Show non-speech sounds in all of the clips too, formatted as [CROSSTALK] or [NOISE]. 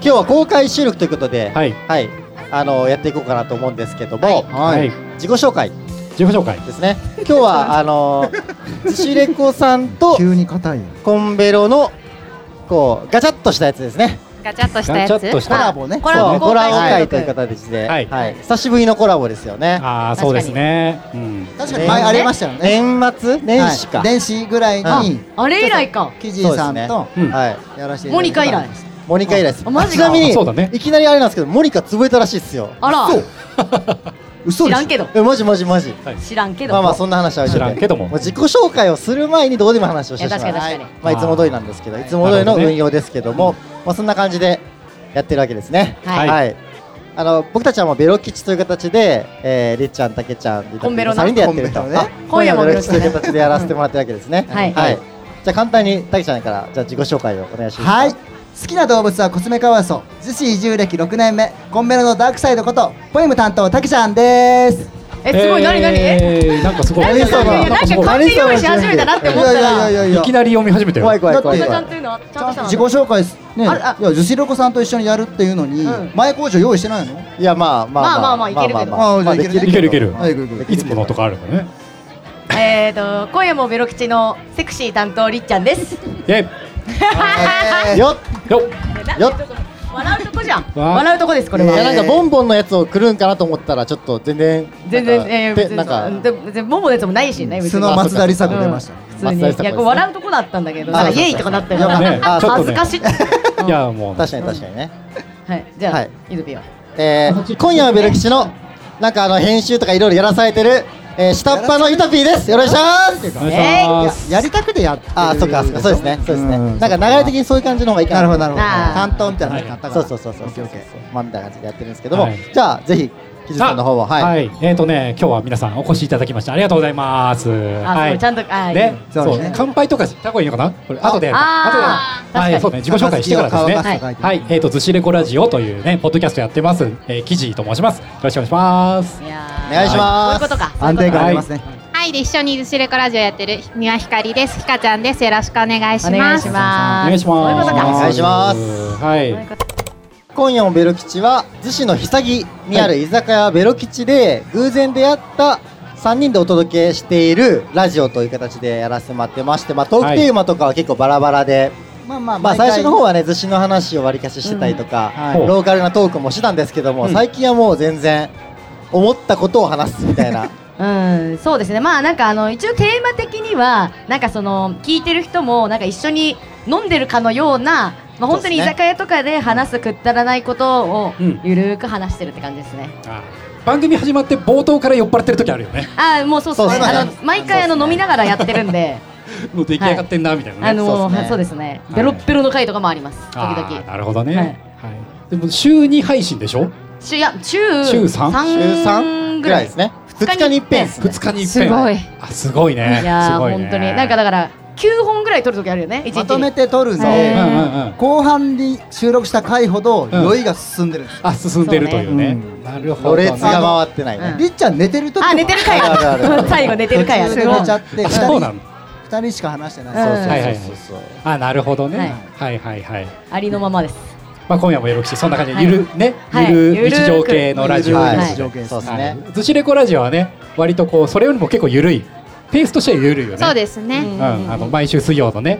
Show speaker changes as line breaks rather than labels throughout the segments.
今日は公開収録ということで、
はい
はい、あのやっていこうかなと思うんですけども、
はいはい
自己紹介
自己紹介
ですね。今日はあの自主レコさんと
[LAUGHS] 急に硬いよ
コンベロのこうガチャっとしたやつですね。
ガチャっとしたやつ
ガチャっとした
あ
コラボね
コ
そ
ラ
う
ボ
コラボ
公開
会
収録
という形で、
はい
久しぶりのコラボですよね。
ああ
確
そう
か
で
に
すね、うん、
確かに前ありましたよね
年末年始か。
はい年始ぐらい
あ
に
あれ以来か
キジさん
そ
と
すねうん
はい。
やらせていただいて
モニカ以来
モニカ以来です。
あマジか
ちなみに、
あそうだね
いきなりあれなんですけど、モニカ潰れたらしいですよ。
あら
嘘
知らんけど
え、マジマジマジ。
知らんけど
まあまあそんな話は置いといて
知らんけども
う自己紹介をする前にどうでも話をしてしまう
いや確かに確か
まあいつも通りなんですけどいつも通りの運用ですけどもまあそんな感じでやってるわけですね
はい
あの僕たちはもうベロ吉という形で、えー、りっちゃん、たけちゃん、
コンベロな
3人でやってると、
コンベロね
あ
今夜もベロ吉
という形でやらせてもらってるわけですね。
はい
じゃあ簡単にたけちゃんからじゃあ自己紹介をお願いします。
はい好きな動物はコスメカワウソ逗子移住歴6年目コンベロのダークサイドことポエム担当たけちゃんです
えすごい何何
えー、なんかすごい
なんか
何それ
なんかすごい
なんか勝手に用意し始めたなって思ったら
いやいやいやいや
いきなり読み始めたよ
怖い怖い怖い
ち
怖
ゃ
い
ん。というのは
ち
ちゃん
ゃ
と
ん
し
と
たの
自己紹介ですねい
あ
や女子ロコさんと一緒にやるっていうのに
うん
前工場用意してないの
いやまあまあ
まあまあまあいけるけど
まあまあ
あじゃあ
できる
いけるいける
はいいけるいける
いつものとかあるんだね
えーと今夜もベロ吉のセクシー担当りっちゃんです
え
えー
よっ
よっ
よっ
笑うとこじゃん
わ
笑うとこですこれ
いや
は
なんかボンボンのやつをくるんかなと思ったらちょっと全然
全
なんか
然えー
で
別に
なんか
でもでもモモのやつもないしね別
素
に
の松田梨紗子出ました
うん
ね
普通にい
松田里紗子ですね
やこれ笑うとこだったんだけど
あ
な
そう
んか
そう
イエイとかなったよ
いや
なん
まあ
か
ちょっ
恥
と
ず
ね
かしい
いやもう
確かに確かにね、
はいじゃ
は
あ
い
ゆずぴは
えー、今夜はベルキシのなんかあの編集とかいろいろやらされてる、えー、下っ端のイタピーですよろしくお願いします
お願いします
ややりたくてやってる
あーそっかそっかそうですねそうですね
うん
なんか流れ的にそういう感じの方がいいか
なるほどなるほど
あー
担当みたいなのがあったから
そうそうそうそうそう
オッケーオッケ
まあみたいな感じでやってるんですけども、
はい
じゃあぜひキズさんの方もはい、
はい、えっ、ー、とね、今日は皆さんお越しいただきましてありがとうございます。は
あそう
い、
ちゃんとあーいい
ね、そ
そ
うう
ですね
乾杯とかした方がいいのかな？これ後で、後で、
あー
はい、そうね、自己紹介してからですね。
杯
は
を乾かすと書いてあ
はい、えっ、ー、と、ずしレコラジオというね、ポッドキャストやってます。えー、キジと申します。よろしくお願いします。
いやー
お願いします
こういうことか
安定感あります
ね
ね
はい、で一緒にずしレコラジオやってる三輪ひかりです。ひかちゃんです。よろしくお願いします。
お願いし
お
ます
願いします。
そういうことか
お願いします
はい、
今夜もベロ吉は逗子のぎにある居酒屋ベロ吉で偶然出会った3人でお届けしているラジオという形でやらせてもらってまして、まあ、トークテーマとかは結構バラバラで、
まあまあ
まあ、
毎回
最初の方はね逗子の話をわりかししてたりとか、
はい
ほう
ローカルなトークもしてたんですけども、
うん
最近はもう全然思ったことを話すみたい
[LAUGHS]
な
うん、そうですね。まあなんかあの一応テーマ的にはなんかその聞いてる人もなんか一緒に飲んでるかのような、まあ本当に居
そうですね
酒屋とかで話すくったらないことを
うん
ゆるーく話してるって感じですね。
あー番組始まって冒頭から酔っ払ってる時あるよね。
あー、もうそうそう
そうですね
あの毎回あの飲みながらやってるんで、
もう出来上がってんなみたいなね。
あ
そ
の
うですね
ーそうですね
はい。
ベロッベロの回とかもあります。時
あー
々。
なるほどね。はい。でも週2配信でしょ？
週いや週
週三
週
三
3ぐらいです。ね2日に一遍ですね
2日に一
す
遍。
ごい。
あすごいね。
いや
す
ー
ごいね
本当になんかだから九本ぐらい取る時あるよね。一日に
まとめて撮るん
は
うんう
で
い
んうん。
後半に収録した回ほど酔いが進んでるんです
あ進んでるというね。
そう
なる
ろ
ほど、
れ
ね
つ。が回ってないね、
うん
りっちゃん寝てる時も
あ寝てる回
あるあるあ
あ
る
[LAUGHS] る。最後寝てる回ある。
途中で寝ちゃって
あそうなの。
二人しか話してない
うん
そう
はいはいはい
そうそうそうそう
あなるほどね。
は
はいはいはい。
ありのままです。
まあ今夜もよろしいそんな感じで
はい
ゆるね
はい
ゆ
ゆ
る
るく
日常系のラジオ
はい
で
は
す
い
ね。
そうです
は
ね
い。ずしレコラジオはね割とこうそれよりも結構ゆるいペースとしてはゆるいよね。
そうですね。
うんあの毎週水曜のね
は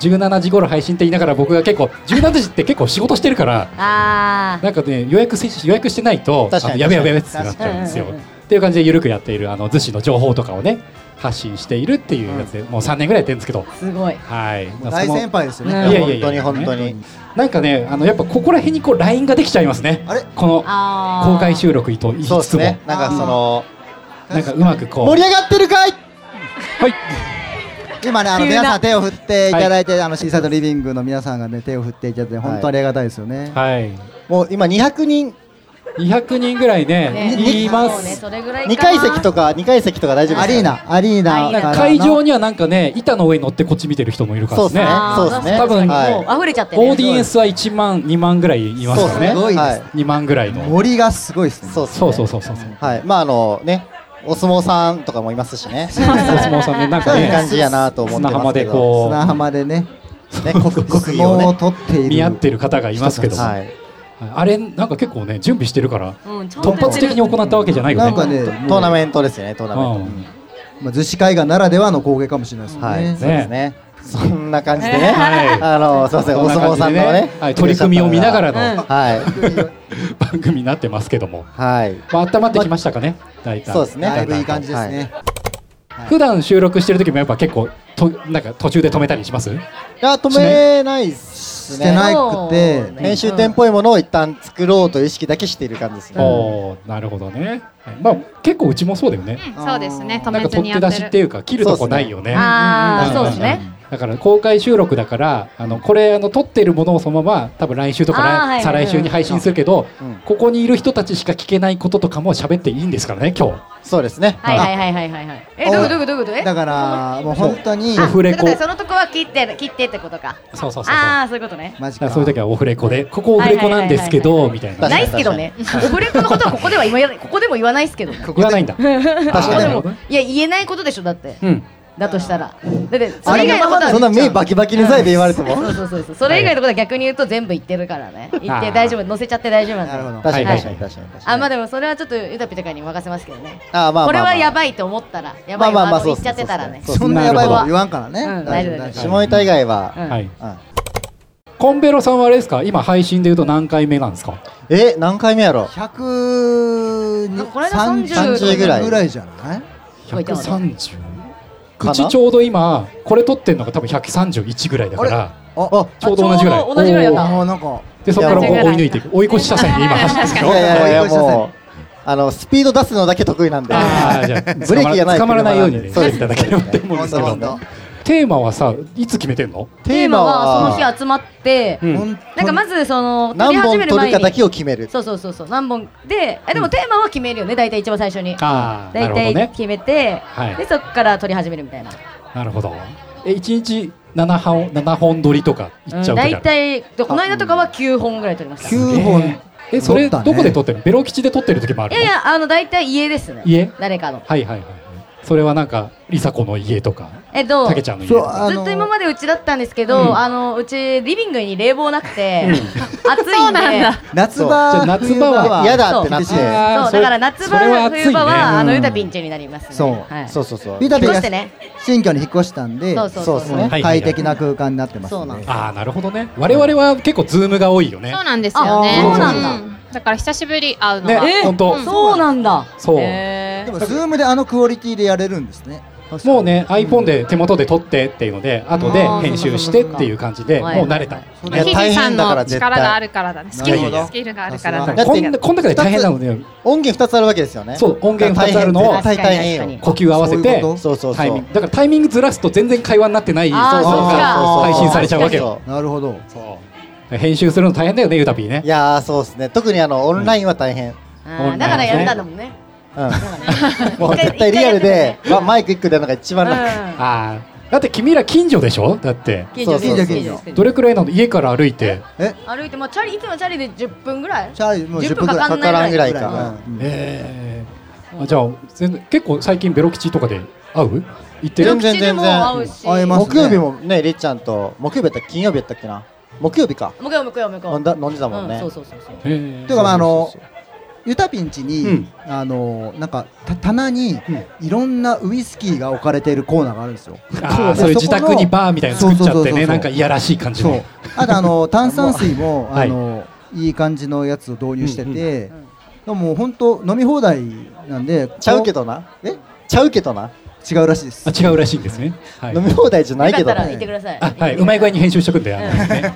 17時頃配信って言いながら僕が結構17時って結構仕事してるから。
ああ。
なんかね予約せ予約してないと
確かに
あのやべやべやべってなっちゃうんですよ。
確かに
っていう感じでゆるくやっているあの逗子の情報とかをね発信しているっていうやつで、もう3年ぐらいやってるんですけど、
すごい。
はい。
大
その
先輩ですよね
うん
いやいやいや
本当に本当に、
なんかねあのやっぱここら辺にこうラインができちゃいますね。
あれ
この
あー
公開収録と言い
そう
つ
です
つも、
ねなんかその
なんかうまくこう
盛り上がってるかい
はい
今ねあの
急な
皆さん手を振っていただいてあのシーサイドリビングの皆さんがね手を振っていただいて本当ありがたいですよね
はい
もう今200人
200人ぐらいね
ね
います。
そうねそれぐらいかな
2階席とか2階席とか大丈夫です
アリーナアリー
な
ナ
ん
か
から会場にはなんかね板の上に乗ってこっち見てる人もいるから
そうですね
あー
そうですね
多分
もう
は
溢れちゃってね。
オーディエンスは1万2万ぐらいいま
い
す
そう
か
ですね
らね。
すごいです
はい
2万ぐらいの。
森がすごいですね
そうです
そう
ね
そうそうそ
[LAUGHS]
うそう。
はい、まああのね、お相撲さんとかもいますしね。
お相撲さんね、なん
そ
か
ういう感
ね、
じやなと思って
砂
ま
浜
すけ
で
ど。
こ
砂浜でね
ね、国
相
国技
撲
を
を
ね。
取っている
う見合ってる方がいますけども、
はい。
はいあれなんか結構ね準備してるから
うん、ちゃん
突
とやっ
発
て
的
る
に行ったわけじゃないよ
な
ね
んかね、も
トー
う
ナメントですよね、トーナメント。
うん
まあ、逗子海岸ならではの光景かもしれないですよね。
はい、そうですね。そんな感じでね、
はい
あの、すみません、
こん
お
な
相
感
撲
じ
さ
で
ん
ね
のね、
はい取り組みを見ながらの
はい、
番組になってますけども、
はい、
まあ温まってきましたかね大体
そうですね
だいぶいい感じですね。
普段収録してる時もやっぱ結構となんか途中で止めたりします
いや、止めないっす
して
ね。
なくて、
編集点っぽいものを一旦作ろうという意識だけしている感じですね。
おーなるほどね、はいまあ結構うちもそうだよね
うんそうですね、止
なん
め
か
ず
取
に
っ
や
手
っ
出
て
し
る
っ。ていうか切るとこないよね
ああ、
ん
そうですね。
だから公開収録だからあのこれあの撮ってるものをそのまま多分来週とか来
あーはい
再来週に配信するけど、
うん
ここにいる人たちしか聞けないこととかも喋っていいんですからね今日
そうですね。
はいはいはいはいはいはい。え、
あ
どういうことどういうことえ
だから、もう本当に
そ、う
あ
オフレコ
ということでそのとこは切って、切ってってことか。
そうそうそうそう
ああ、そういうことね。
マジ
だか
から
そういう時はオフレコでここオフレコなんですけどみたいな
確か
な
に
いっすけどね。オフレコのことはここでは今や、ここでも言わないっすけどね。
言わないんだ確
かに
ね
いや、言えないことでしょ、だって。
うん
だとしたら。だって、それ以外のことは。
そんな目バキバキにさえで言われても。
そうそうそうそう。それ以外のことは逆に言うと全部言ってるからね。言って大丈夫、載せちゃって大丈夫なんで。
なるほど
確かに
はい
確かに確かに確か
あ、
に。
まあでもそれはちょっとゆたぴとかに任せますけどね。
あー、まあまあまあ
これはやばいと思ったら、やばい
まあまあまあ
ワード
そう
を
っす
言
ね
っちゃってたらね。
そうっす
そんなやばいこと言わんから
う
ね。
ん大丈夫大
丈
下ネタ以外は、
うん
はい
うん
コンベロさんはあれですか今配信で言うと何回目なんですか
え、何回目やろ。
百
この間30
30ぐらい
ぐらいじゃない？
超えたので
130
かな
うちちょうど今これ撮ってんのが多分131ぐらいだから
あ、
ちょうど同じぐらい
ちょうど同じぐらいだった
おー
あなんか
でそこからこう
いや
追い抜いていく追い越し車線で今走
[LAUGHS]
ってるで
い
しょ
やいやいや
追い越し車線
もうあのスピード出すのだけ得意なんで
あーじゃあ
ブレーキがない
捕まらないようにね
そうです
いただければと思うん
ほ
で
ん
すけ
と
ど
ほんと
テーマはさいつ決めてんの、
テーマはその日集まって、
うん
ほんと
なんかまずその撮り
何
始め
本
る
取る
前
かだ
に
けを決める
そうそうそうそう何本でえでもテーマは決めるよね大体一番最初に
ああなるほ
大
ど
体
ね
決めて、
はい
でそこから撮り始めるみたいな
なるほどえ一日7本七本撮りとかいっちゃう時ある
大体でこの間とかは9本ぐらい撮りましたい
九本。
えそれ
撮
ど
ったね
こで撮ってるのベロ吉で撮ってる時もあるの
やいやあの大体家ですね
家
誰かの
はいはいはいはいそれはなんか梨紗子の家とか
えっと
たけちゃんの家
そう
とか
あの
ずっと今までうちだったんですけど、
うん
あのうちリビングに冷房なくて、暑いんで
そうなんだ。
夏
じゃあ
場
夏場は
嫌だってなっ
そう
て
あー
そう
それ
だから夏
それは
場
暑いね
冬場は、あの
うん
ユタピンチになりますね
そう
はい、
そうそうそう
ビタ
引
ピ
っ
が
越してね
新居に引っ越したんで、
そうそうそう
そうは
もう
い
はい
快適な空間になってます
そうなん
ね
で。
ああなるほどね我々は結構ズームが多いよね
そうなんですよね。
あそうなんだ
だ。だから久しぶり会うのが。
ね
え
本当
うん
そうなんだ
そう
へ
でもズームであのクオリティでやれるんですね。
もうね iPhone で手元で撮ってっていうので後で
あー
編集してっていう感じで
はい
もう慣れた
そう
ま
い
あ
や
ヒデさん
大変だから
の
絶
力
対
があるからだね。スキ
なるほ
ル
ど
スキルがあるから
さ
だ
す
が
こん
ね。
なこんだけで大変なのね
音源2つあるわけですよね
そう音源2つあるのを
絶対大変よ
確
呼吸合わせ
そうい
て
うこと
そうそう
タ
そ
イ
う
ミングだからタイミングずらすと全然会話になってない
あー
そう
そうか
そうそう
配信されちゃうわけ
そ
よ
なるほど。
そう編集するの大変だよねゆたぴーね
いやーそうですね特にあのオンラインは大変
あーだからやめたんだもんね
うん [LAUGHS] も
も
う絶対リアルでわマイク1個でやるのが一番楽
近
ああだって君ら近所でしょだって
そう
所
そう
近
そう
所近所
どれくらいなの家から歩いて
え、
歩いてまあチャリいつもチャリで10分ぐらい
チャーリーもう
10
10
分
分ぐら
か
い
かんないぐらい
かかんないぐらいか
うん
ええじゃあ全然結構最近ベロ吉とかで会う行って
全然
る
全然
でも会うし
会えますね
木曜日もねりっちゃんと木曜日やったっけ金曜日やったっけな木曜日か
向こう向こう向こう
飲んだ飲んでたもん
う
ね
そうそうそうそう
ええ
ていうかまああの
そうそう
ユタピンチに、
うん
あのなんかた棚に
ん
いろんなウイスキーが置かれているコーナーがあるんですよ。
あーそういう自宅にバーみたいなの作っちゃっ
そうそう
て
そうそ
ね
う
なんかいやらしい感じ
そ
の
う。あとあの炭酸水も
はい
あのいい感じのやつを導入してて、
ん
でももう本当飲み放題なんで
ちゃうけ
ど
どな
え
ちゃうけどな
違うらしいです
あ。違うらしいんですねはい
飲み放題じゃないけ
よ
ど
かった
な
ら行ってください
あはいうまい具合に編集しとくんだよあのね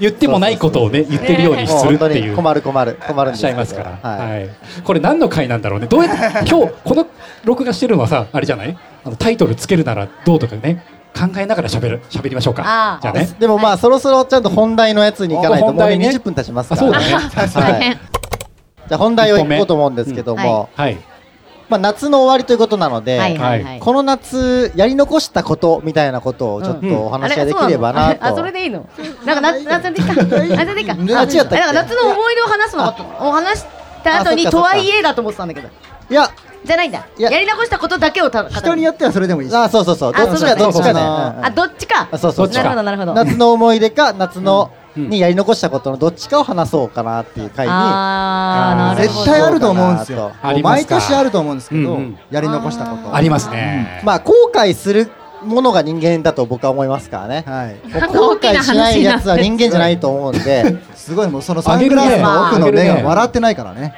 言ってもないことをね言ってるように
もう
する
本
って
当に
いう
困る困る困るん
し
です
ちゃ
け
い
ど
ますから、
はい
はい、これ何の回なんだろうねどうやって今日この録画してるのはさあれじゃないあのタイトルつけるならどうとかね考えながら喋る喋りましょうか
あー
じゃあね
でもまあそろそろちゃんと本題のやつに行かないと
本
もうね
題ね
20分経ちますか
あ
ら
そうだね
はい
大変。 [LAUGHS]
じゃあ本題をいこうと思うんですけど
一本目うん
も
はい
まあ夏の終わりということなの
はい
で
はいはい
この夏やり残したことみたいなことをちょっ
うん
とお話ができればな
あれそうのああそ
と
れでいいのなんか夏夏の時
[LAUGHS]
か夏の時か
全然
あ違ったっけ
なんか夏の思い出を話すのかとお話した後に
あそっかそっか
とはいえだと思ってたんだけど
いや
じゃないんだ
いや
やり残したことだけをた語る
人によってはそれでもいいし。
あそうそうそう
あ
どっち
そう
か
だね
どっちか
そうそうそう
ねうんあそうそう
どっ
あどっちか
ち
なる
か
ほどなるほど
夏の思い出か夏のにやり残したことのどっちかを話そうかなっていう回に
あー
あーなるほ
絶
ど
対あると思うんですよ
あります
毎
か
年あると思うんですけど、
うんうん
やり残したこと
ありますね。
まあ後悔するものが人間だと僕は思いますからね
はい
後悔しないやつは人間じゃないと思うんです
ごいもうそのサングラスの奥の目が笑ってないからね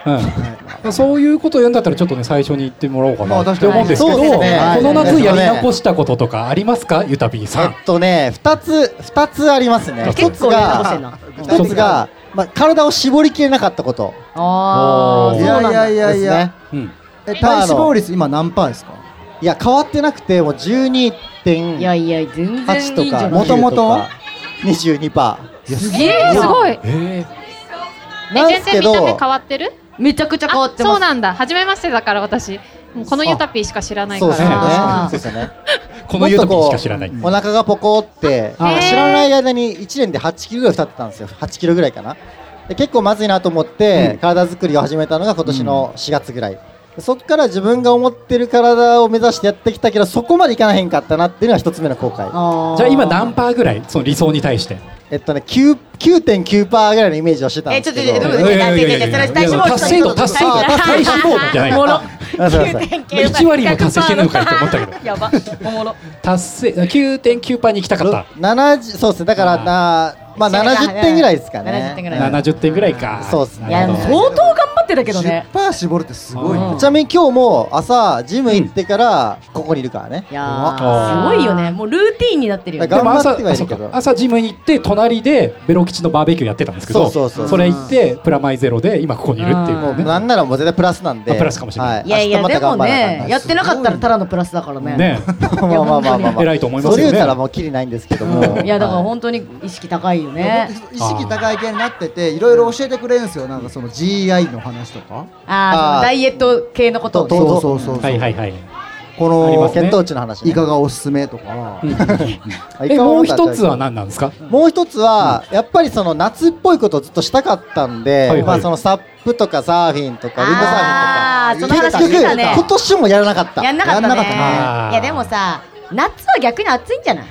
うん、そういうことを言うんだったらちょっとね最初に言ってもらおうか
ま
な
あ
っ
確
て
かに
思うんですけど、
そうですね
この
は
夏
い
やり残したこととかありますかゆたびんさ
[LAUGHS] え
ん。
っとね2つ2つありますね1
結
つ
構やり残してん
が
な
一つが、まあ、体を絞りきれなかったこと
あ
おー
ー
い
そう
や
なん
い
だ
やい
ですね
やいや、
うん
え体脂肪率今何パーですか
いや変わってなくてもう12.8
いやいや全然いいん
と
じゃ
か
な
も
い
とも
元
と
々
22パ
すげえすごい。
ー
え
え
なんで
全
すけ
然見た目
ど
変わってる？
めちゃくちゃ変わって
あ
ま
そ
す
うなんだ。初めましてだから私。もうこのユタピーしか知らないか
そう
ら。
ですよね
あー
そうですよね
ーこのゆたびんしか知らない。
お腹がポコって、
あー
知らない間に1年で8キロぐらい太ってたんですよ8キロぐらいかなで結構まずいなと思って、体作りを始めたのが今年の4月ぐらい、そっから自分が思ってる体を目指してやってきたけどそこまでいかなへんかったなっていうのが一つ目の後悔
あー
じゃあ今何パーぐらいその理想に対して。
えっとね9 9.9%ぐらいのイメージをしてたん
え
で
ちょ
す
っ
け
と
ど
ちょっと
い
待
やい
って
やいやいや
待って待って待って
いや達成度達成度
あ
体脂肪じゃない
おもろ
か。
[LAUGHS]
あそうそう1割
[LAUGHS]
も達成してないのかいと思ったけど
やばおもろ
達成9.9パーに行きたかった。
70そうですねだからなまあ70点ぐらいですかね
70点ぐらい
うん
70点ぐらいか。
そうっすね
い
な
や
る
相
ほど
当頑張ってたけどね
10パー絞るってすごいね
うん
ちなみに今日も朝ジム行ってからここにいるからね
い、やー
あー
すごいよねもうルーティンになってるよ
だ
ね
でも朝
頑張ってはいるけど
そうか朝ジムに行って隣でベロ吉のバーベキューやってたんですけど
そうそうそう
れ行ってプラマイゼロで今ここにいるっていう
う
ね
ん
なんならもう絶対プラスなんで
あプラスかもしれない
はい
やいや
明日また
でも
頑張らなあ
ね
かん
やってなかったらただのプラスだからね
ね
まあまあまあまあまあ、
偉いと思いますよね
それ言うたらもうきりないんですけども。
いやだから
はい
本当に意識高いよ
本
ね
当に意識高い系になってていろいろ教えてくれるんですよなんかその GI の話とか
あ
ああ
ー
ダイエット系のことを
どうぞ
そうそうそう
はいはいはい
こ
ありま
の
すね
血糖値の話、ね。
イカがおすすめとか
あ。イ
え
カは
もう
まだ
一つは何なんですか
もう一つは、やっぱりその夏っぽいことをずっとしたかったんで、
はいはい
まあそのサップとかサーフィンとかウィンドサ
あ
ー
ー
フィン
そ
と
の
か。
話してたね
今年もやらなかった。
やんなかった
やんなかった
ね
ねいやでもさ夏は逆に暑いんじゃない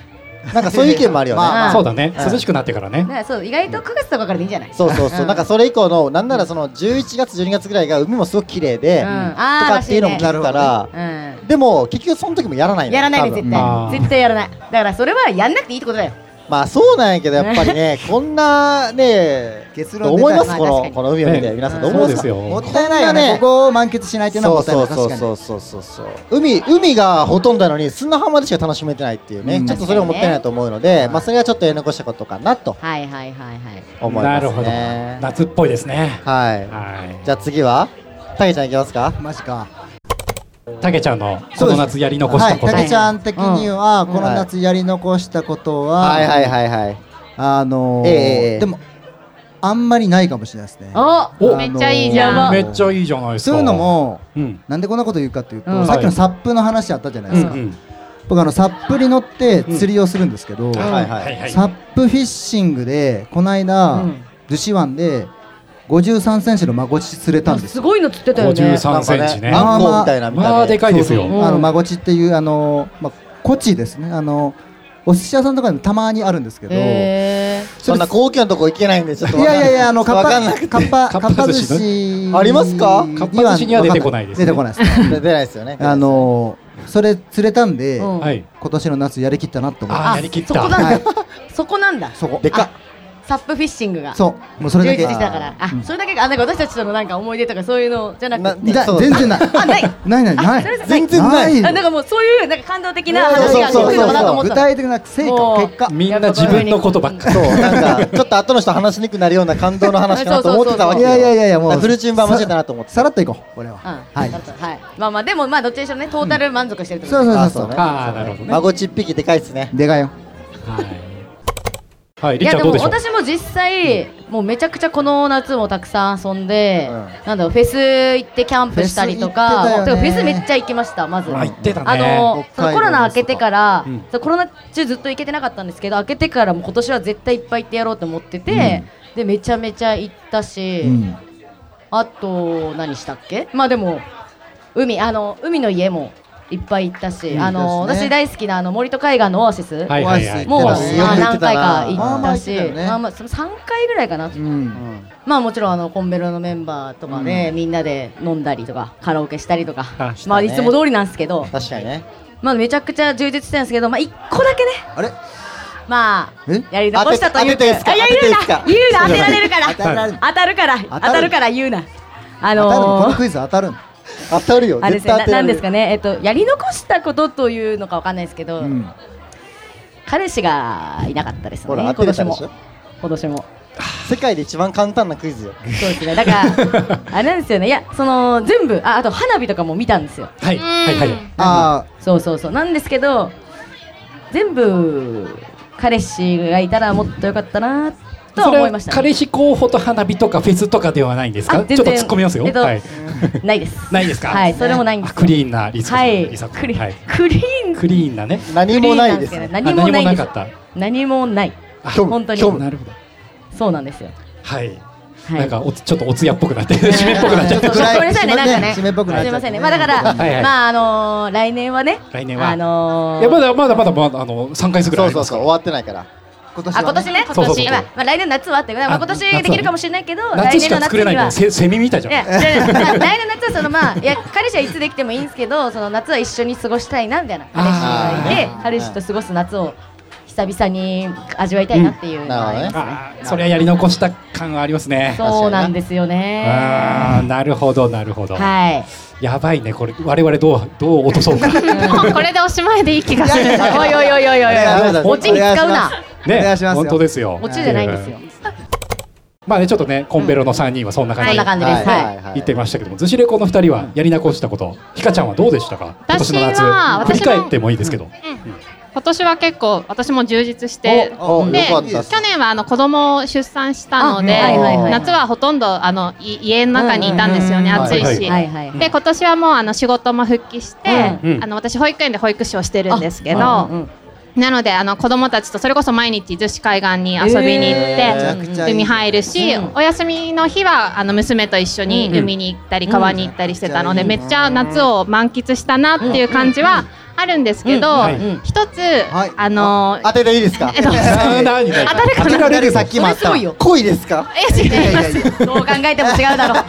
なんかそういう意見もある
[LAUGHS]
よね。
まあまあ
そうだね
うん
涼しくなってからね
ねそう意外と9月とかからでいいんじゃない
そうそうそう、
うん
なんかそれ以降の、なんならその11月、12月ぐらいが海もすごく綺麗で、
うん
と
あー
かっていうのも聞
らしい
く
ね
から、
うん
でも結局その時もやらないの
やらない
多
で
分
絶
あー
対絶対やらないだからそれはやんなくていいってことだよ
まあそうなんやけどやっぱり
[LAUGHS]
ねこんなね
結論出た
思います
まあ
こ
確か
の
に
この海を見て
ね
皆さんどう
ど
そ
思
う
い
で
ますすか
も
よ
ったいないよ
こんな
ね
ね
ここを満喫しないっていうのは
そう
もったい
そ
ないう確かに
そうそうそうそう海海がほとんどなのに砂浜でしか楽しめてないっていうね、
うん
ちょっとそれはもったいないと思うので、
うん
まあそれはちょっとやり残したことかなと
はいはいはいはい
思い
な
ま
る
す
ほど
ね
夏っぽいですね
は
はい
じゃあ次はたけちゃんいきますか
マジか
いたけちゃんのこの夏やり残し
は
た
い
こ
た
と
けちゃん的には
うん
この夏やり残したことは
はいはいはいはい
あの
えええ
ー
え
でもあんまりないかもしれないですね
お
お
めっちゃいいじゃん
あの
め
ー
っちゃいいじゃないですか
そういうのも
うん
なんでこんなこと言うかっていうと、
うん
さっきのサップの話あったじゃないうで
ん
すか、
うん
僕あのサップに乗って釣りをするんですけ
は
ど、
いはいは
はいいはい
サップフィッシングでこの間、
うん
逗子湾で53センチのマゴチ釣れたんです
す
よ
ごいの釣ってたよね
53センチね
なんかアンコウみたいな見た目、
まあでかいです
そう
よ
そうあのマゴチっていうあのまあコチですねあのお寿司屋さんとかでもたまにあるんですけど、
へー
そんな高級なとこ行けないんでちょっと
いやいやいやあのかっ
わかんな
ぱ
くて
かっぱ
かっぱ
かっぱ寿
寿司
司
ありますか
に
かっぱ寿司には出てこないですね
出てこないですね
出ないですよね
あのそれ釣れたんで、
うん
はい
今年の夏やりきったなと思って
あーやりきった
そこな
はい
んだ [LAUGHS] そこなんだ
そこ
でかっ
サップフィッシングが
そうもうそれだけ
充実したからあそれだけがあなんか私たちとのなんか思い出とかそういうのじゃなくて
な
だ
そう
全然ない
あない
ないないない
それじゃない
全然ない
あなんかもうそういうなんか感動的な話
そ
が
うそうそうそう
来るのかなと思っ
具
たの
体的な成果結果
みんな自分のことばっかり
そう、なんか、ちょっと後の人話しにくくなるような感動の話かなと思ってたわ
う
け
い
よ。
やいやいやいやもう
フルチン版間違えたなと思って。
さらっといこうこれは
うん
はい
だったはいまあまあでもまあどっちにしろねトータル満足してるってこ
そ
と
うそうそう
あ
そ
そうね
う
ああなるほどね
孫ちっぴきでかいっすね。
でかいよ
はいはいり
い
っ
や
ちゃん
で
ど
も
うでしょう
私も実際もうめちゃくちゃこの夏もたくさん遊んで、
うん
なんだろうフェス行ってキャンプしたりと
フェス行って
か
たよね
てかフェスめっちゃ行きましたまず、
あ行ってたね
あの
北海道
そのコロナ明けてから、
うん
そうコロナ中ずっと行けてなかったんですけど明けてからも今年は絶対いっぱい行ってやろうと思ってて、でめちゃめちゃ行ったし、
うん
あと何したっけまあでも海あの海の家もいっぱい行ったし、
いい
あの
ですね
私大好きなあの森戸海岸のオアシス、
はいはいはい。
もう
行
ま
ってたね
あ
よく行っ
何
てた
回
な
か行ったし、
まあまあ行ってたよね
まあまあその三回ぐらいかな。
うん
まあもちろんあのコンベロのメンバーとかね、みんなで飲んだりとかカラオケしたりとか、
あ
したね
まあいつも通りなんですけど、
確かにね
まあめちゃくちゃ充実してるんですけど、まあ一個だけね、
あれ
まあ
え
やり残したという
当てて当てていいですか
あいや
当てていいうで
言
すか
な言うな当てられるから
当たられる
当たるから
た
当
る
たるから言うな。あ
当たるのこ
の
のクイズ当たるの
当たるよ
あれで
絶
す
対
ねな
当てら
な
れ
んで
る
すかねえっとやり残したことというのかわかんないですけど、
うん
彼氏がいなかったですね。
ほら
今
当てれ
年
たで
も
しょ
今年も。
世界で一番簡単なクイズよ
そうですね。だから、あれなんですよね。いや、その、全部、あ、あと花火とかも見たんですよ。
はいはいはい。
あ
そうそうそう。なんですけど、全部、彼氏がいたらもっと良かったな、とは
それ
思い
は
ました、ね。
彼氏候補と花火とかフェスとかではないんです
あ
か？
全
ちょ
然
っと突っ込みますよ。
えっと
はい。
ないです。
ないですか
はい、それもないんで
あ
す。
クリーンなリスク。
はい、
リサ君
クリ,、
はい
クリーン。
クリーンなね。
何もないです
クリーン
ね
なんけど何もな
あ何もな
いんで
か
す。
った。
何もない。
あ
虚無
本当に
虚無
なるほど。
そうなんですよ。
はい。
はい
なんかおつちょっとおつやっぽくなって締めっぽくなっ
[LAUGHS]
ちゃっ
ちょっと
て。
ごめんなさいねなんかね
締めっぽくなっちゃっ
すみ
た
ませんね。まあだから、
はいはい
まああのー来年はね、
来年は
あのー
いやまだまだまだまだあの三回すぐら
そ
いうあり
そう
ます
そ
か
う
ら
終。わってないから
今年は
あ今年ね、
そうそうそう
まあまあ来年夏はって、まあ
あ
今年できるかもしれないけど、
夏
来
し
年
か
の夏
作れない
に
んだ
は
よ。。セセミみたいじ
い
ゃん。
や、 [LAUGHS] じゃあじゃあ来年の夏はそのまあ、いや、彼氏はいつできてもいいんですけど、その夏は一緒に過ごしたいなみたいな。彼氏がいて
あー、
彼氏と過ごす夏を久々に味わいたいなっていうのはありますね。
あーそれはやり残した感はありますね。
そうなんですよね。
ああなるほどなるほど。
はい。
やばいねこれ我々どうどう落とそう
[LAUGHS]
か。
もうこれでおしまいでいい気がする。
おいおいおいおいおいおい
やいや。
オチに使う
お願いしま
な。
ね
お願いしますよ
本当ですよ。
オチじゃないんですよ。
まあねちょっとねコンベロの三人はそんな感
そ
じ
ん
で
な感じです。
はい
はい。
言ってましたけども、ずしレコの二人はやり残したこと、ひかちゃんはどうでしたか？今年
私は
の夏、
私
振
の
り返ってもいいですけど。
今年は結構私も充実して
おお
で
よかったっす
去年はあの子供を出産したので、
あはいはいはい
夏はほとんどあのい家の中にいたんですよね、
うんうんうん
暑いし、
はい
はいはい。
で今年はもうあの仕事も復帰して、
うんうん
あの私保育園で保育士をしてるんですけど、
あうんうん
なのであの子供たちとそれこそ毎日逗子海岸に遊びに行って、
めちゃくちゃいい
海入るし、
うん
お休みの日はあの娘と一緒に海に行ったり、川に行ったりしてたので、
うん
めっちゃ夏を満喫したなっていう感じはあるんですけど、
うんはい
一つ、
はい
あの
当てていいですか
えっ
[LAUGHS]
と
何々
当たる
当
かな
てられる
さ
さ
っ
っ
きもあっ
それす
た
ごいよ
恋ですか
え違い
いやいやいや
どう考えても違うだろう。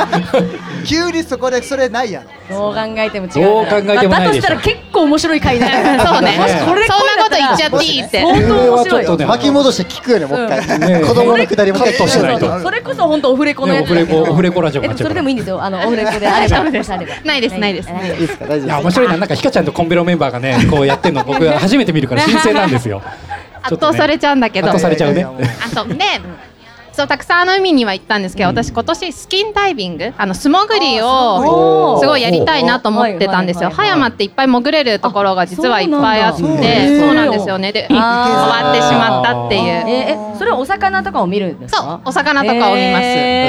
急にそこでそれないやろ
[LAUGHS] どう考えても違う
ど
だろ
う考えてもないでしょ
だとしたら結構面白い回だよ [LAUGHS]
そうね
もしこれで
そんなこと言っちゃ
ゃ
っていいって。
相当面白い
これはちょっとね
巻き戻して聞くよねもう一
うんね
回
え
子供のくだりもう一回
カットしないと
そうそうそれこそ本当オフレコのやつだけど
ねオフレコオフレコラジオに
え
なっちゃうから
それでもいいんですよあのオフ [LAUGHS] レコであればもしあれば
ないですないです
いいですか大丈夫
いや
で
面
す
白いななんかひかちゃんとコンベロメンバーがねこうやってるの僕は初めて見るから新鮮なんですよ。
圧倒され
ち
ちゃうんだけ
圧倒
ど。
されちゃう
い
ね
やいやい
[LAUGHS]
や。
あそうで、そうたくさんあの海には行ったんですけど、私今年スキンダイビング、あの素潜り
お
を
ー
すごいやりたいなと思ってたんですよ。
はいはい
葉
はいはい
山っていっぱい潜れるところが実はいっぱいあっ
あ
て、そ
そう
う
なん
だ
なんですよね。で、終
あ
わってしまったって
えー
いう。
えそれはお魚とかを見るんです
そう
か、
お魚とかを見ます。
へー
え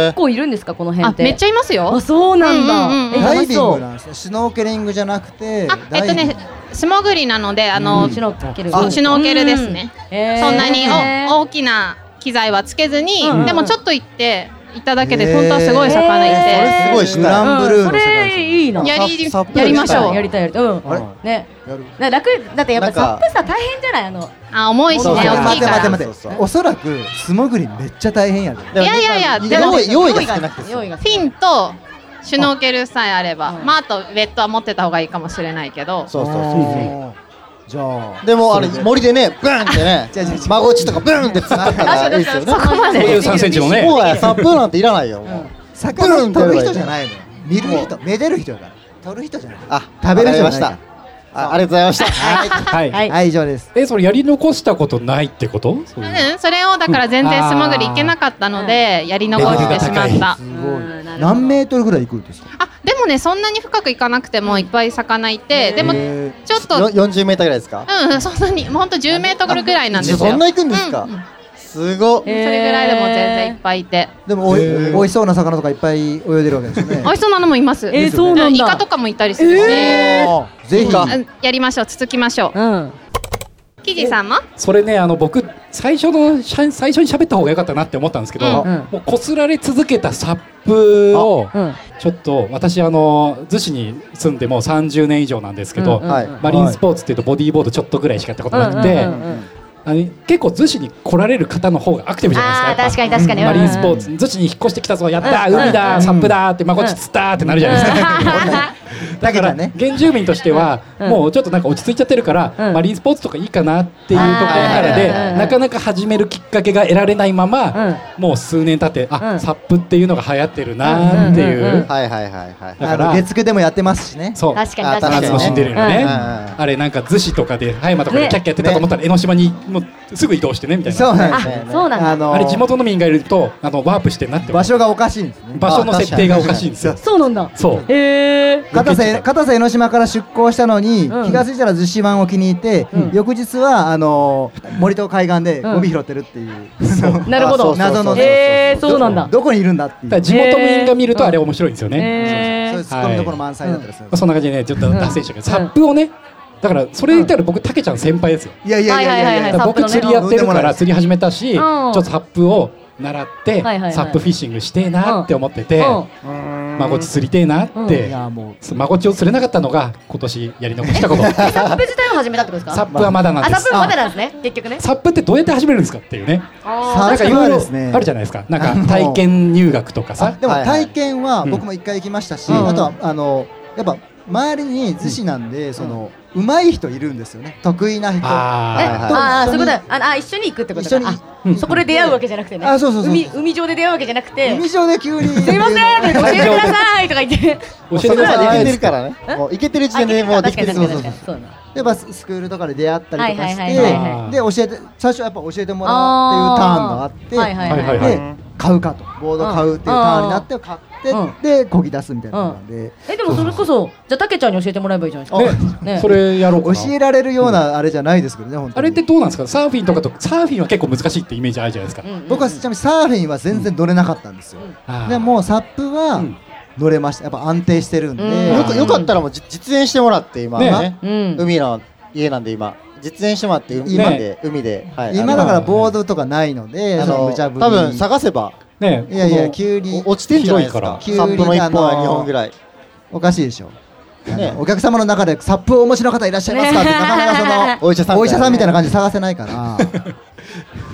ー結構いるんですかこの辺
あ
っ、て
めっちゃいますよ
あ。そうなん
うんうんうん
だえ
ダ
楽
イ
し
ビン
そ
グ
う
なんですねシュノーケリングじゃなくて
あ、えっと
ダイビ
ね
ング、
素潜りなので、あの、
シュノーケル
そうシュノーケルですね。
えー
そんなに
えー
お大きな機材はつけずに、
うん
でもちょっと行っていただけ
へ
で
ー
本当はすごい魚いて、
え
すごいしたい
グランブルーの世界
うんそれいいな
や
サ
り
サップ
やりましょう
やりたいやりたいうん
あれ
ね
やる
な楽だってやっぱサップさ大変じゃないあの
あ重いしね
そうそう
大き
待
い
て
か
待て
ら
待ておそらく素潜りめっちゃ大変やで
いやいやいや
で
で
も
も
用意用意が少なくて
用意が
フィンとシュノーケルさえあれば
うん
まああとウェットは持ってた方がいいかもしれないけど
そうそうそう
うじゃあ
でもあれ
そで
森でねブーンってね
違う違う違う
孫ちとかブーンってつなったらいいですよね
こま
ゃう。三センチのね。
もうやサップなんていらないよもう
魚を取る人じゃないのよ見る人めでる人だから取る人じゃない
あ
食べる人じゃ
わかりま
な
し
い
たあありがとうございました
はい。
はい
はい以上です
えそれやり残したことないってこと？そういう
うん、それをだから全然素潜り行けなかったのでやり残してしま
レベル
った
が
すごい
うんなるほど
何メートルぐらい行くんですか
あでもねそんなに深く行かなくてもいっぱい魚いてでもち
え
ょっと
よ40メーターぐらいですか
うんうんそんなに本当10メートルぐらいなんですよ
そんな行くんですか
うんうん
すごっ
それぐらいでも全然いっぱいいて
ーでもおい
えー
美味しそうな魚とかいっぱい泳いでるわけですよね
美味しそうなのもいます
えーそうなんだ
イカとかもいたりするし
あーぜひ
うんやりましょう続きましょう
うん
キジさんも
それねあの僕最初のしゃ最初に喋った方が良かったなって思ったんですけど、
う
うん
もうこすられ続けたサップを
うん
ちょっと私あの逗子に住んでもう30年以上なんですけど、
うん
はい
マリンスポーツっていうとボディーボードちょっとぐらいしかやったことなくて、
うんうんうん
あの結構逗子に来られる方の方がアクティブじゃ
ああ
ないです
確
か。やっ
かに確かに。
ぱマリンスポー
うん
ツ逗子に引っ越してきたぞやったー
うん
海だーサップだーってまこっち釣ったーってなるじゃないですか。
だけ
だか
ど
ら
ね
原住民としては
うん
もうちょっとなんか落ち着いちゃってるから、
うん
マリンスポーツとかいいかなっていうところからで
あー
なかなか始めるきっかけが得られないまま、
うん
もう数年経ってあ、
うん
サップっていうのが流行ってるなーっていう、
うんうんうんうん
はいはいはいはい
だ
あ
から
の月9でもやってますしね
そう
確かに確か
夏
に。
のシンデレラね、
うんうん
あれなんか逗子とかで葉山とかでキャッキャやってたと思ったら江ノ島にもうすぐ移動してねみたいな。
そうなん
あ
ですね
そうなんだ。
の
あれ地元の民がいるとあのワープしてなって
場
ます
所がおかしいんですね
場所の設定がおかしいんですよ。
そうなんだ。
そう。
へえ。
片瀬片瀬江ノ島から出港したのに、
うん
気が付いたら逗子湾を気に入って、
うん
翌日はあのー森と海岸で
うん
ゴミ拾ってるっていう、 [LAUGHS]
なるほど
あそうそうそう
謎のね
へえそうなんだ。
どこにいるんだって
だ
いう、
から地元民が見るとあれ面白いんですよね。
へ
そうい
え
う。ツッコミどころ満載だったりする、
まあそんな感じでねちょっと脱線したけど、サップをねだからそれで言ったら僕たけちゃん先輩ですよ。
いやいやいやいやいや、
はい
だから僕
サップのね
釣りやってるか
うん
ら釣り始めたし、
ん
ちょっとサップを習って
はいはいはい
サップフィッシングしてえなって思って
う
て、
ん
まこっち釣りてえなっ
う
て
い。やもう
まこっちを釣れなかったのが今年やり残した
[LAUGHS]
こと。
えサップ自体を始めたってことです
サ
か。
ップはまだなん
あ
で
サ
す
ップ。まだなんですね結局ね。
サップってどうやって始めるんですかっていうね。
あ
なんかいろ
それ
い
は
ろ
ですね
あるじゃないですか。なん
あの
か体験入学とか
あ
さ。
でも
はいはい
体験は僕も一回行きましたし、
うん
あとはあのやっぱ周りに逗子なんで、その上手い人いるんですよね得意な人
え
ああ。
ああそう
一緒
い
に
うことだああ一緒に行くってこと
一緒に
か。あそこで出会うわけじゃなくてね。
あそうそうそう
海海上で出会うわけじゃなくて。
海上で急に
すいませんっ
[LAUGHS]
て教えてくださいとか言って。
教え
そ
て
れ
く
ぐ
だ
らい
さ
で
い
きてるからねもういけてる時点でも
あ
うできてる
確かに確かに確かにそうだな
でまあススクールとかで出会ったりとかして、
はいはいはい
はいはい
で教えて最初はやっぱ教えてもらうっていうターンがあって、
はいはいはい
はいはい
で買うかとボード買うっていうターンになって買って、
うん
でこぎ出すみたいなのなんで、
えでもそれこそじゃあたけちゃんに教えてもらえばいいじゃないですか。ね
それやろうかな。
教えられるようなあれじゃないですけどね本当に
あれってどうなんですかサーフィンとかとサーフィンは結構難しいってイメージあるじゃないですか、
うんうん
僕はちなみにサーフィンは全然乗れなかったんですよ、
あー
でもサップは
うん
乗れましたやっぱ安定してるんで、
うん
よくよかったらもうじ実演してもらって今
ね
ね
うん
海の家なんで今実演してもらって海で海ではい
今だ
あ
からボードとかないので
のあ
その
の
無茶ぶり
多分探せば
ね
いやい
こ
や
の
急に
お落ちてんじゃないですか
広い
サ
から
ップの
急に
1本
あ
は
のー
2本ぐらい
おかしいでしょ、
ね
お客様の中でサップをお持ちの方いらっしゃいますかってなかなかその
お医者さん
お医者さんみたいな感じで探せないから
[LAUGHS]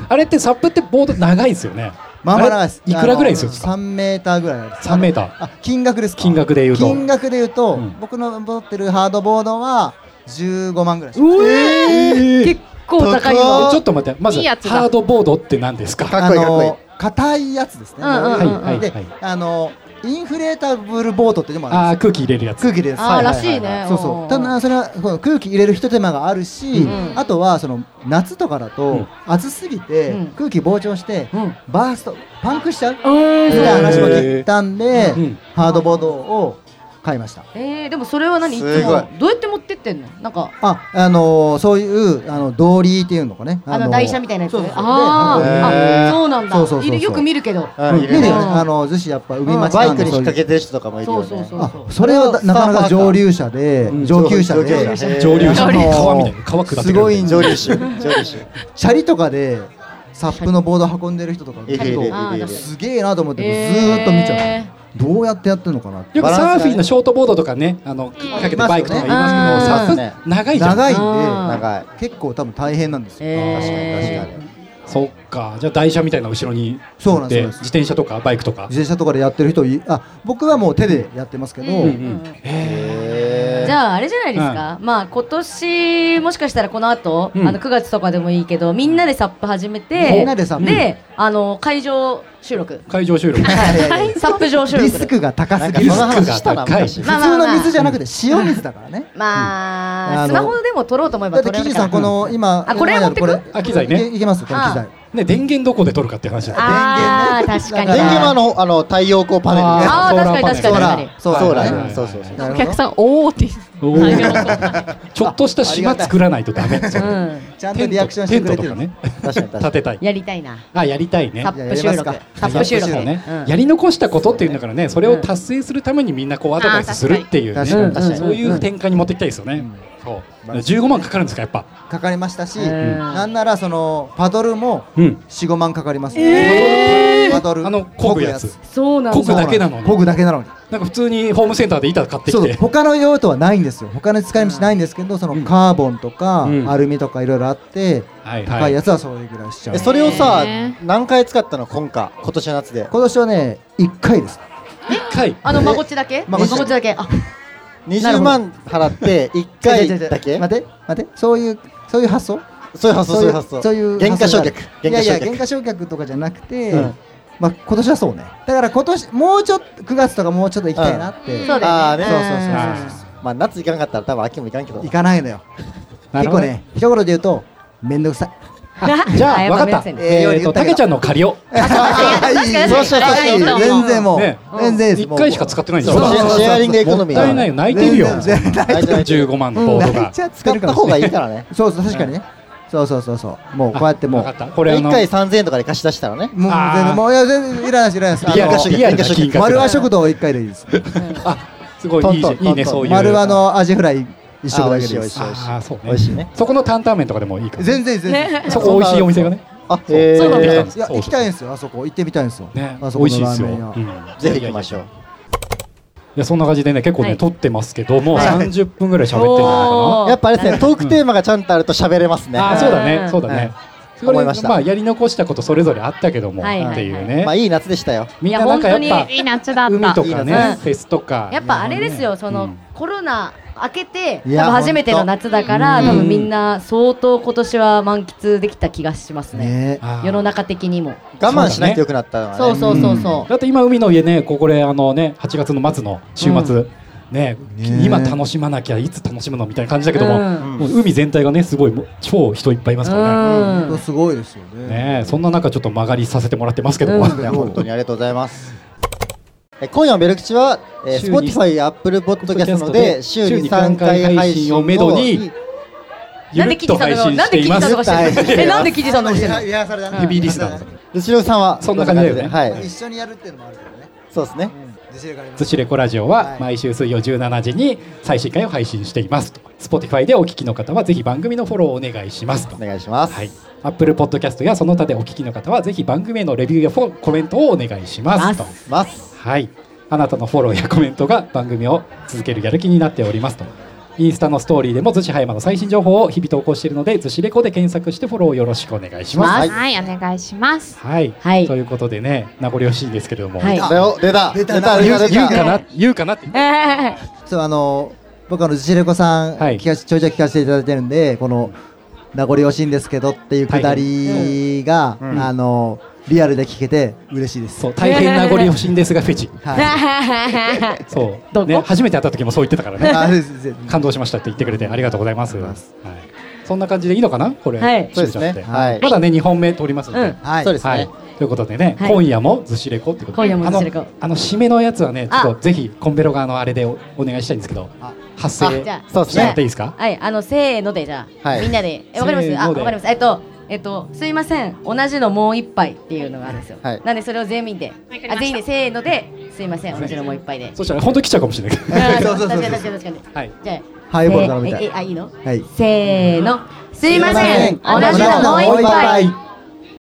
あれってサップってボード長いですよね
まあまあ長いです
あれいくらぐらいするんですか
3メーターぐらいです
3メーター
あ金額ですか
金額で言うと
金額で言うと、
うん
僕の持ってるハードボードは15万ぐらいします
うえ
えー
結構高いわ。
えちょっと待ってまず
いいやつだ
ハードボードって何ですか
かっこいいかっこいい
あの硬いやつですね、
うんうんうんうん
はいはい
で
はい
あのインフレータブルボートっていうのもあ
あ
る
ー
んで
空
す
気入れるや
よ
つ
空気です
あーらしいね。
そう
う
そ
ん
うただそれはこの空気入れるひと手間があるし、
うん
あとはその夏とかだ
う
と
ん
暑すぎて
うん
空気膨張して
うん。
バーストパンクしちゃうみ
え
たいな
ー
話も聞いたんで
うん
ハードボードを買いました
えーでもそれは何いつも
すごい
どうやって持ってってんのなんか
ああのーそういうあの道理っていうのかね
あの台車みたいなやつ
そうそうそう
あ
で
ー
へ
あ
ー
そうなんだ
そうそうそうそう
いるよく見るけど
うん
見
い
る
る
よね
ね
うん
あの逗子やっぱ海町
バ
な
イ
ん
ク
で
に
そう
引っ掛
いう
けてる人とかもいるよ
そうそう
ね
そう
あそれはだなかなか上流者で
うん
上級者で
上級者へー
上流者
あ
の
の
川みたいな川下ってくる
すごいん
上
で
流種上流種
チャリとかでサップのボード運んでる人とか見
いるいるい
る
るい
と
あー
るいる
すげえなと思ってず
え
ーっと見ちゃう
え
どうやってやってるのかなって
よくサーフィンのショートボードとかねあのか
ん
けてバイクとか言いますけど、
います
ね
サップ長いじゃん
長いん
あ
で
ー
長い
結構多分大変なんですよ
確か
えー
に確かに
そっかじゃあ台車みたいなの後ろに
そうなんです
で
そうなん
自
です
転車とかバイクとか
自転車とかでやってる人いあ僕はもう手でやってますけど
うんう
う
ん
ん
へー
じゃああれじゃないですか、まあ今年もしかしたらこの後、
うん
あの9月とかでもいいけどみんなでサップ始めて
みんなでサップ
であの会場収録
会場収録
はいサップ場収録
リスクが高
な
す
んか
ぎ
そ
る
の
なんか
話したな昔
まあ
普通の水じゃなくて塩水だ
[LAUGHS]
からね
まあ、
うん
スマホでも撮ろうと思え
だ
ば
って
撮れ
キ
るか
ジ
ら
さんこの今
あこれ持ってく
目の前の
あ機材ね
いけいけますこの機材
ね電源どこで取るかっていう話だ
あー
電源ね
確かに
電源はあのあの太陽光パネルね
あー
ソーラーパネル
確かに確かに
そう
ソ
そ
ー
う
ラー
だ
はいはいは
ね
い
そうそうそう
なる
お
ほど
客さんおおって言う
おーちょっとした島作らないとダメ。
うん
ちゃんとリアクションしてくれてる
テントとかね
確かに確か
立
に
てたい
やりたいな。
あやりたいね
い
サ
や
ッ
や
プ
り
収
ます
録
か。
サップ収録
サップ収録
ね
ね。
うん
やり残したことっていうんだからねそれを達成するためにみんなこう後々するっていうね
確かに
確かに
そういう展開に持っていきたいですよねそう15万かかるんですかやっぱ
かかりましたし、
うん
なんならそのパドルも
うん
四五万かかります、
えー
パドル
あの漕ぐやつ
そうなん
こぐ
だ。
だけなのに
こぐだけなのに
なんか普通にホームセンターで板買ってき
そう
て
他の用途はないんですよ他の使い道ないんですけどそのカーボンとか、
うん
アルミとかいろいろあって、
はい
高
はい
や
い
つはそういうぐらいしちゃう、
えそれをさ
ね
何回使ったの今回今年の夏で
今年はね一回です
1回
あのまごっちだけ？ま
ま
ご
ごっ
っち
ち
だけ。あ、
20万払
[LAUGHS]
って1回だけ
待って待ってそういうそういう発想
そういう発想そういう発想
そういう
原価償却
発想
原
が
価
あるいや
償
いや原
却
価償却とかじゃなくて、
うん
まあ今年はそうねだから今年もうちょっと9月とかもうちょっと行きたいなって、
そうだ
あー
よね。
ね
そうそうそう
う
まあ夏行かなかったら多分秋も行かんけど
行かないのよ
な
結
るほど
構ね一言で言うとめんどくさい
[LAUGHS]
じゃあ
わ
分かったえーとたけちゃんの借りを
そうしようそうしよう
確かに
全然もう、
ね
全然です
1回しか使ってないんです
そう
よ
シェアシェアリングエコノミー
もったいないよ泣いてるよ
全然全然
15万のボード
泣
が
いちゃって
使っ
るか
た
も
方
し
が
れ
い
ない
いからね
そうそう確かにね、そうそうそうそうもうこうやってもう
分か [LAUGHS] ったこれあ
1
の
回3000円とかで貸し出したらね
もう全
あー
然もういや全然いらないですいらないです
リアル
あの
リアルな金額
丸和
だ
食堂一回でいいです
すごいいいじゃん
トントン
いいね
トントン
そういう
丸和のアジフライ一食だけでいい
あ美
で
味し
す
い美味しい
あーそうね
美味しいね
そこの担々麺とかでもいいから
全然全然
そこ美味しいお店がね
あへ
そうなん
え
だ
いや行きたいんですよあそこ行ってみたいんですよ
ね
あそ
美
こ
味しいで
の
す
ラー
よ
メン屋
ぜひ行きましょう
いやそんな感じでね結構
は
ね
い
撮ってますけども
はい
30分ぐらい喋ってるんじゃないか
やっぱあれですねトークテーマがちゃんとあると喋れますね
なあーそうだねそうだ
は
ね
い
それ
思いました
あやり残したことそれぞれあったけどもっ
はいはいはい
ていうね
まあいい夏でしたよ
みんななんか
いや
や
本
っ
当
[LAUGHS] いい夏だ
ぱ
っ
海
た
と。か
いい
ね
です
フェスとか
やっぱあれですよ、そ
うん
のコロナ明けて、多
いや
分初めての夏だから、
ほん
多
と
分みんな相当今年は満喫できた気がしますね。
ね
あー
世の中的にも。
我慢しなくてよくなったのはね
そうそうそうそ
だって今海の家ねここであのね8月の末の週末ね
ね
今楽しまなきゃいつ楽しむのみたいな感じだ
う。
けど
う
も
ん
ん
もう海全体がねすごいもう超人いっぱいいますからね
うん
本当すごいですよね
ねそんな中ちょっと曲がりさせてもらってますけども
う
いや
[LAUGHS]
本当にありがとうございます。え今夜のベルキチは、えー、
週に
Spotify、Apple Podcast で週に3回配信をめどに、
ゆるっと配信しています
なんで記事さんのしてるのえ、なんで記事さんのしてるの
リハーサルだな
ヘビーリスナーズ
ルシロさんは
そんな感じだよね
こんな感じではい、
一緒にやるっていうのもあるけどね
そうですね。
自信がありま
ズ
す
シレコラジオ
は
はい毎週水曜17時に最新回を配信していますと Spotify でお聞きの方はぜひ番組のフォローお願いしますと
お願いします。
はい、Apple Podcast やその他でお聞きの方はぜひ番組へのレビューやフォコメントをお願いしますと
ます。
はいあなたのフォローやコメントが番組を続けるやる気になっておりますとインスタのストーリーでもズシ葉山の最新情報を日々投稿しているのでズシレコで検索してフォローよろしくお願いします
は
はいい、お願いします。
はい、
はい
ということでね名残惜しいんですけれども、
はい
これを出た
出た
出
言
た
う言う
出
か
た
な言うかなって
え
そうあの僕あのジレコさん
はい
聞かしちょいちょい聞かせていただいてるんでこの名残惜しいんですけどっていうくだりが
うん
あのリアルで聞けて嬉しいです
そう大変名残惜しいんですがフェチ
[LAUGHS]
はい
ー
そ
ど
う
こ
ね初めて会った時もそう言ってたから
[LAUGHS]
ね
あ全然
感動しましたって言ってくれてありがとうございます。はい、そんな感じでいいのかなこれ、
はい
そうです
締めちゃ
ね。
って
はい。
まだね2本目取りますので。
うん
はい
そうですね。
はい、ということでね、
はい
今夜もずしレコってことで
今夜もずしレコ
あのあの締めのやつはねちょっ
あ
とぜひコンベロ側のあれでおお願いしたいんですけど
あ
発声
あじゃあ
そうですねやっていいですか
はい、あのせーのでじゃあ、
はい
みんなで、えわかります。
せー
あ、
の
わ
で
かります。えっと、えっと、すいません、同じのもう一杯っていうのがあるんですよ。
はい
なんで、それを全員で
りまし、た
あ、全員でせーので、すいません、同じのもう一杯で。
そしたら本当に来ちゃうかもしれないけど
あー
そうそうそうそう
確かに確かに確かに
はい
じゃあ、
ハイボール頼みたい
ええあ、いいの。
はい
せーの、すいません、同
すいません
じのもう一
同じ
杯。
のもう一杯